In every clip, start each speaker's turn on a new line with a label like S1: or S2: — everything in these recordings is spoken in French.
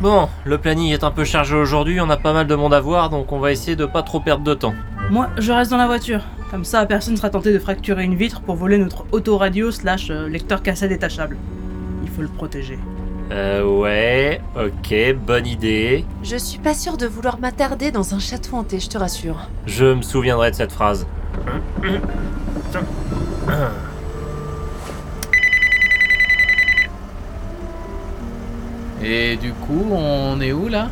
S1: Bon, le planning est un peu chargé aujourd'hui, on a pas mal de monde à voir, donc on va essayer de pas trop perdre de temps.
S2: Moi, je reste dans la voiture. Comme ça, personne sera tenté de fracturer une vitre pour voler notre autoradio slash euh, lecteur cassette détachable. Il faut le protéger.
S1: Euh, ouais, ok, bonne idée.
S3: Je suis pas sûre de vouloir m'attarder dans un château hanté, je te rassure.
S1: Je me souviendrai de cette phrase.
S4: Et du coup, on est où là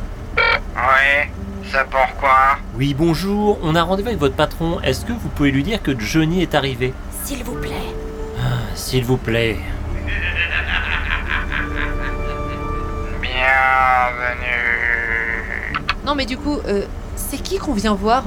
S5: Ouais, ça pourquoi
S1: Oui, bonjour, on a rendez-vous avec votre patron. Est-ce que vous pouvez lui dire que Johnny est arrivé
S3: S'il vous plaît.
S1: S'il vous plaît.
S5: Bienvenue.
S3: Non, mais du coup, euh, c'est qui qu'on vient voir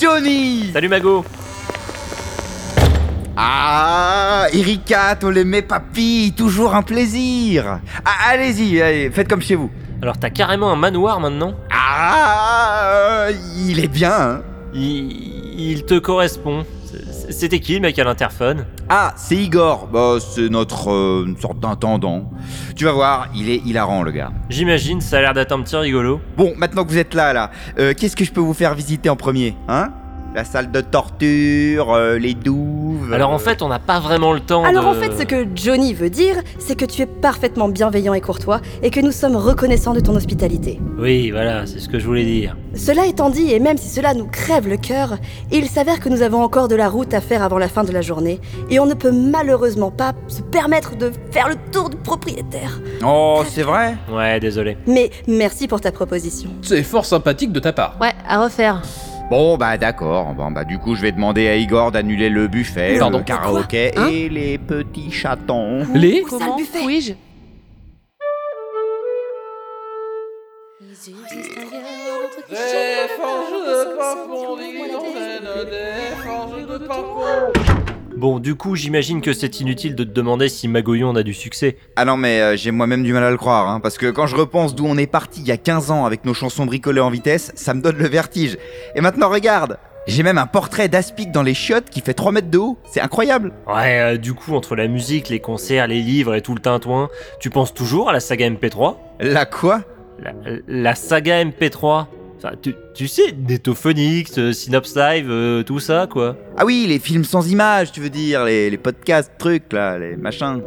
S6: Johnny
S1: Salut Mago
S6: Ah, Erika, on les met papy, toujours un plaisir. Ah, allez-y, allez, faites comme chez vous.
S1: Alors t'as carrément un manoir maintenant
S6: Ah, euh, il est bien. hein.
S1: Il, il te correspond. C'est- C'était qui le mec à l'interphone
S6: Ah, c'est Igor. Bah, c'est notre euh, une sorte d'intendant. Tu vas voir, il est hilarant le gars.
S1: J'imagine, ça a l'air d'être un petit rigolo.
S6: Bon, maintenant que vous êtes là, là, euh, qu'est-ce que je peux vous faire visiter en premier, hein La salle de torture, euh, les douves.
S1: Alors en
S6: euh,
S1: fait, on n'a pas vraiment le temps
S7: Bah, Alors
S1: de-
S7: en fait, ce que Johnny veut dire, c'est que tu es parfaitement bienveillant et courtois et que nous sommes reconnaissants de ton hospitalité.
S1: Oui, voilà, c'est ce que je voulais dire.
S7: Cela étant dit, et même si cela nous crève le cœur, il s'avère que nous avons encore de la route à faire avant la fin de la journée et on ne peut malheureusement pas se permettre de faire le tour du propriétaire.
S6: Oh, c'est vrai
S1: Ouais, désolé.
S7: Mais merci pour ta proposition.
S4: C'est fort sympathique de ta part.
S3: Ouais, à refaire.
S6: Bon, bah d'accord. Bon, bah du coup, je vais demander à Igor d'annuler le buffet,
S4: Pardon.
S6: le karaoké
S3: Quoi Hein
S6: et les petits chatons.
S4: Les
S3: Comment
S7: buffet.
S3: puis-je
S1: Bon, du coup, j'imagine que c'est inutile de te demander si Magoyon a du succès.
S6: Ah non, mais euh, j'ai moi-même du mal à le croire, hein, parce que quand je repense d'où on est parti il y a 15 ans avec nos chansons bricolées en vitesse, ça me donne le vertige. Et maintenant, regarde J'ai même un portrait d'Aspic dans les chiottes qui fait 3 mètres de haut, c'est incroyable
S1: Ouais, euh, du coup, entre la musique, les concerts, les livres et tout le tintouin, tu penses toujours à la saga MP3
S6: La quoi
S1: la, la saga MP3 Enfin, tu, tu sais, Netophonix, euh, Synops Live, euh, tout ça, quoi.
S6: Ah oui, les films sans images, tu veux dire, les, les podcasts, trucs, là, les machins.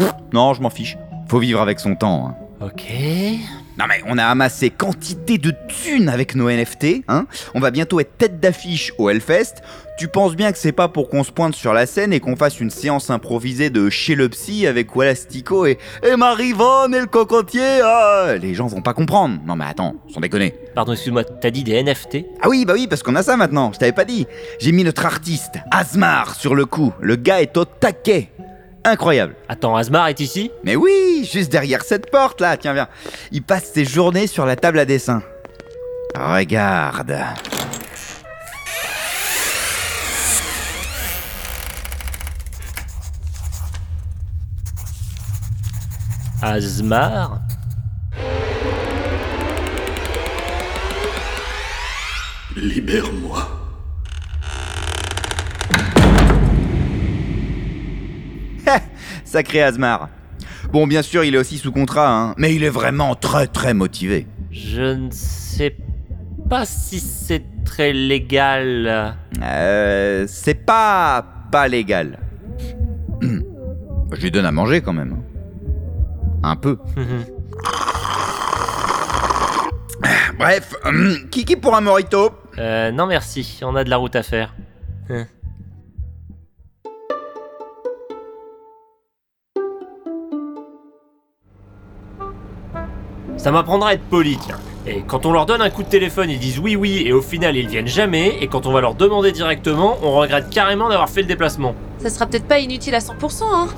S6: Pff, non, je m'en fiche. Faut vivre avec son temps. hein.
S1: Ok.
S6: Non mais on a amassé quantité de thunes avec nos NFT, hein On va bientôt être tête d'affiche au Hellfest. Tu penses bien que c'est pas pour qu'on se pointe sur la scène et qu'on fasse une séance improvisée de chez le psy avec Wallastico et et Marivonne et le cocotier. ah Les gens vont pas comprendre. Non mais attends, sans déconner.
S1: Pardon, excuse-moi, t'as dit des NFT
S6: Ah oui, bah oui, parce qu'on a ça maintenant. Je t'avais pas dit. J'ai mis notre artiste Asmar sur le coup. Le gars est au taquet. Incroyable.
S1: Attends, Asmar est ici
S6: Mais oui, juste derrière cette porte là, tiens viens. Il passe ses journées sur la table à dessin. Regarde.
S1: Asmar
S8: Libère-moi.
S6: Sacré Asmar. Bon, bien sûr, il est aussi sous contrat, hein, mais il est vraiment très très motivé.
S1: Je ne sais pas si c'est très légal.
S6: Euh, c'est pas pas légal. Hum. Je lui donne à manger quand même. Un peu. Bref, hum, Kiki pour un morito.
S1: Euh, non merci, on a de la route à faire. Ça m'apprendra à être poli, tiens. Et quand on leur donne un coup de téléphone, ils disent oui oui, et au final ils viennent jamais, et quand on va leur demander directement, on regrette carrément d'avoir fait le déplacement.
S3: Ça sera peut-être pas inutile à 100%, hein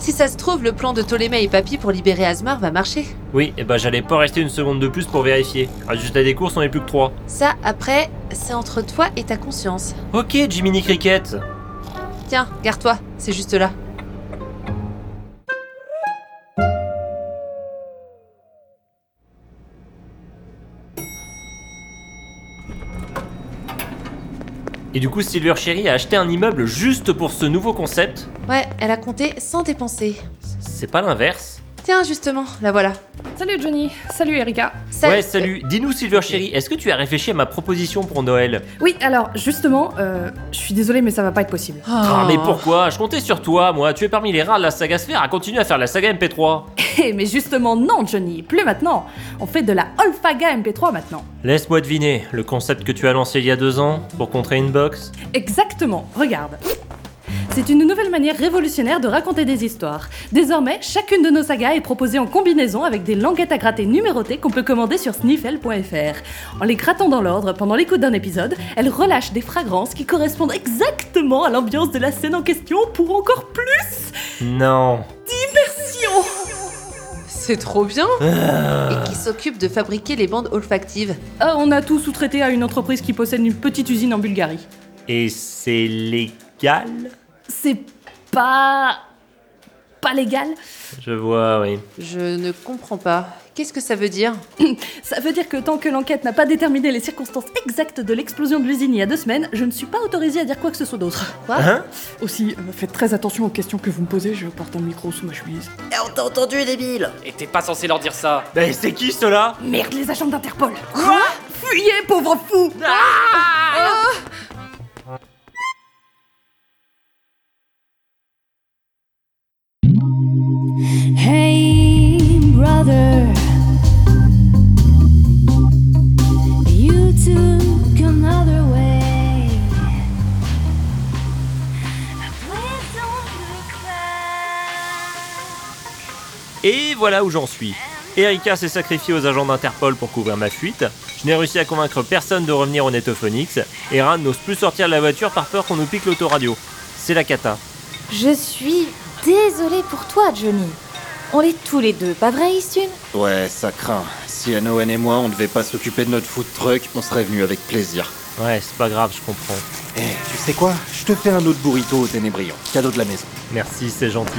S3: Si ça se trouve, le plan de Ptolémée et Papy pour libérer Asmar va marcher.
S1: Oui, et bah j'allais pas rester une seconde de plus pour vérifier. Résultat des courses, on est plus que trois.
S3: Ça, après, c'est entre toi et ta conscience.
S1: Ok, Jiminy Cricket.
S3: Tiens, garde-toi, c'est juste là.
S1: Et du coup, Silver Cherry a acheté un immeuble juste pour ce nouveau concept.
S3: Ouais, elle a compté sans dépenser.
S1: C'est pas l'inverse
S3: Tiens, justement, la voilà.
S8: Salut Johnny, salut Erika.
S3: Salut.
S1: Ouais, salut. Dis-nous, Silver Cherry, est-ce que tu as réfléchi à ma proposition pour Noël
S8: Oui, alors justement, euh, je suis désolée mais ça va pas être possible.
S3: Oh.
S1: Ah, mais pourquoi Je comptais sur toi, moi. Tu es parmi les rares de la saga Sphère à continuer à faire la saga MP3.
S8: Hé, Eh, mais justement non Johnny, plus maintenant. On fait de la Olfaga MP3 maintenant.
S1: Laisse-moi deviner, le concept que tu as lancé il y a deux ans pour contrer une box
S8: Exactement, regarde. C'est une nouvelle manière révolutionnaire de raconter des histoires. Désormais, chacune de nos sagas est proposée en combinaison avec des languettes à gratter numérotées qu'on peut commander sur sniffel.fr. En les grattant dans l'ordre pendant l'écoute d'un épisode, elles relâchent des fragrances qui correspondent exactement à l'ambiance de la scène en question pour encore plus
S1: Non.
S8: d'immersion.
S3: C'est trop bien
S1: Ah.
S3: Et qui s'occupe de fabriquer les bandes olfactives.
S8: Ah, on a tout sous-traité à une entreprise qui possède une petite usine en Bulgarie.
S1: Et c'est légal
S8: C'est pas pas légal
S1: Je vois, oui.
S3: Je ne comprends pas. Qu'est-ce que ça veut dire
S8: Ça veut dire que tant que l'enquête n'a pas déterminé les circonstances exactes de l'explosion de l'usine il y a deux semaines, je ne suis pas autorisée à dire quoi que ce soit d'autre. Quoi
S1: Hein
S8: Aussi, euh, faites très attention aux questions que vous me posez, je porte un micro sous ma chemise.
S9: On t'a entendu, débile
S6: Et t'es pas censé leur dire ça.
S1: Mais Ben, c'est qui cela
S8: Merde, les agents d'Interpol Quoi Fuyez, pauvre fou
S10: Hey, brother, you took another way. Please don't look back.
S1: Et voilà où j'en suis. Erika s'est sacrifiée aux agents d'Interpol pour couvrir ma fuite. Je n'ai réussi à convaincre personne de revenir au Netophonix. Et Ran n'ose plus sortir de la voiture par peur qu'on nous pique l'autoradio. C'est la cata.
S7: Je suis désolée pour toi, Johnny. On l'est tous les deux, pas vrai, Istune
S6: Ouais, ça craint. Si Anoen et moi on devait pas s'occuper de notre food truck, on serait venus avec plaisir.
S1: Ouais, c'est pas grave, je comprends.
S6: Eh, tu sais quoi Je te fais un autre burrito au ténébrion. Cadeau de la maison.
S1: Merci, c'est gentil.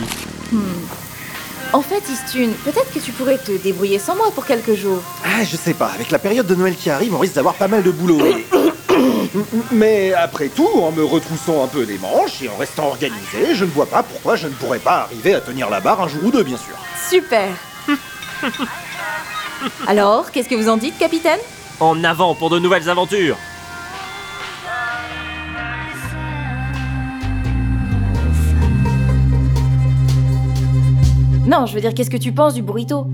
S7: En fait, Istune, peut-être que tu pourrais te débrouiller sans moi pour quelques jours.
S6: Ah, je sais pas. Avec la période de Noël qui arrive, on risque d'avoir pas mal de boulot. Mais après tout, en me retroussant un peu les manches et en restant organisé, je ne vois pas pourquoi je ne pourrais pas arriver à tenir la barre un jour ou deux, bien sûr.
S7: Super Alors, qu'est-ce que vous en dites, capitaine
S1: En avant pour de nouvelles aventures
S7: Non, je veux dire, qu'est-ce que tu penses du burrito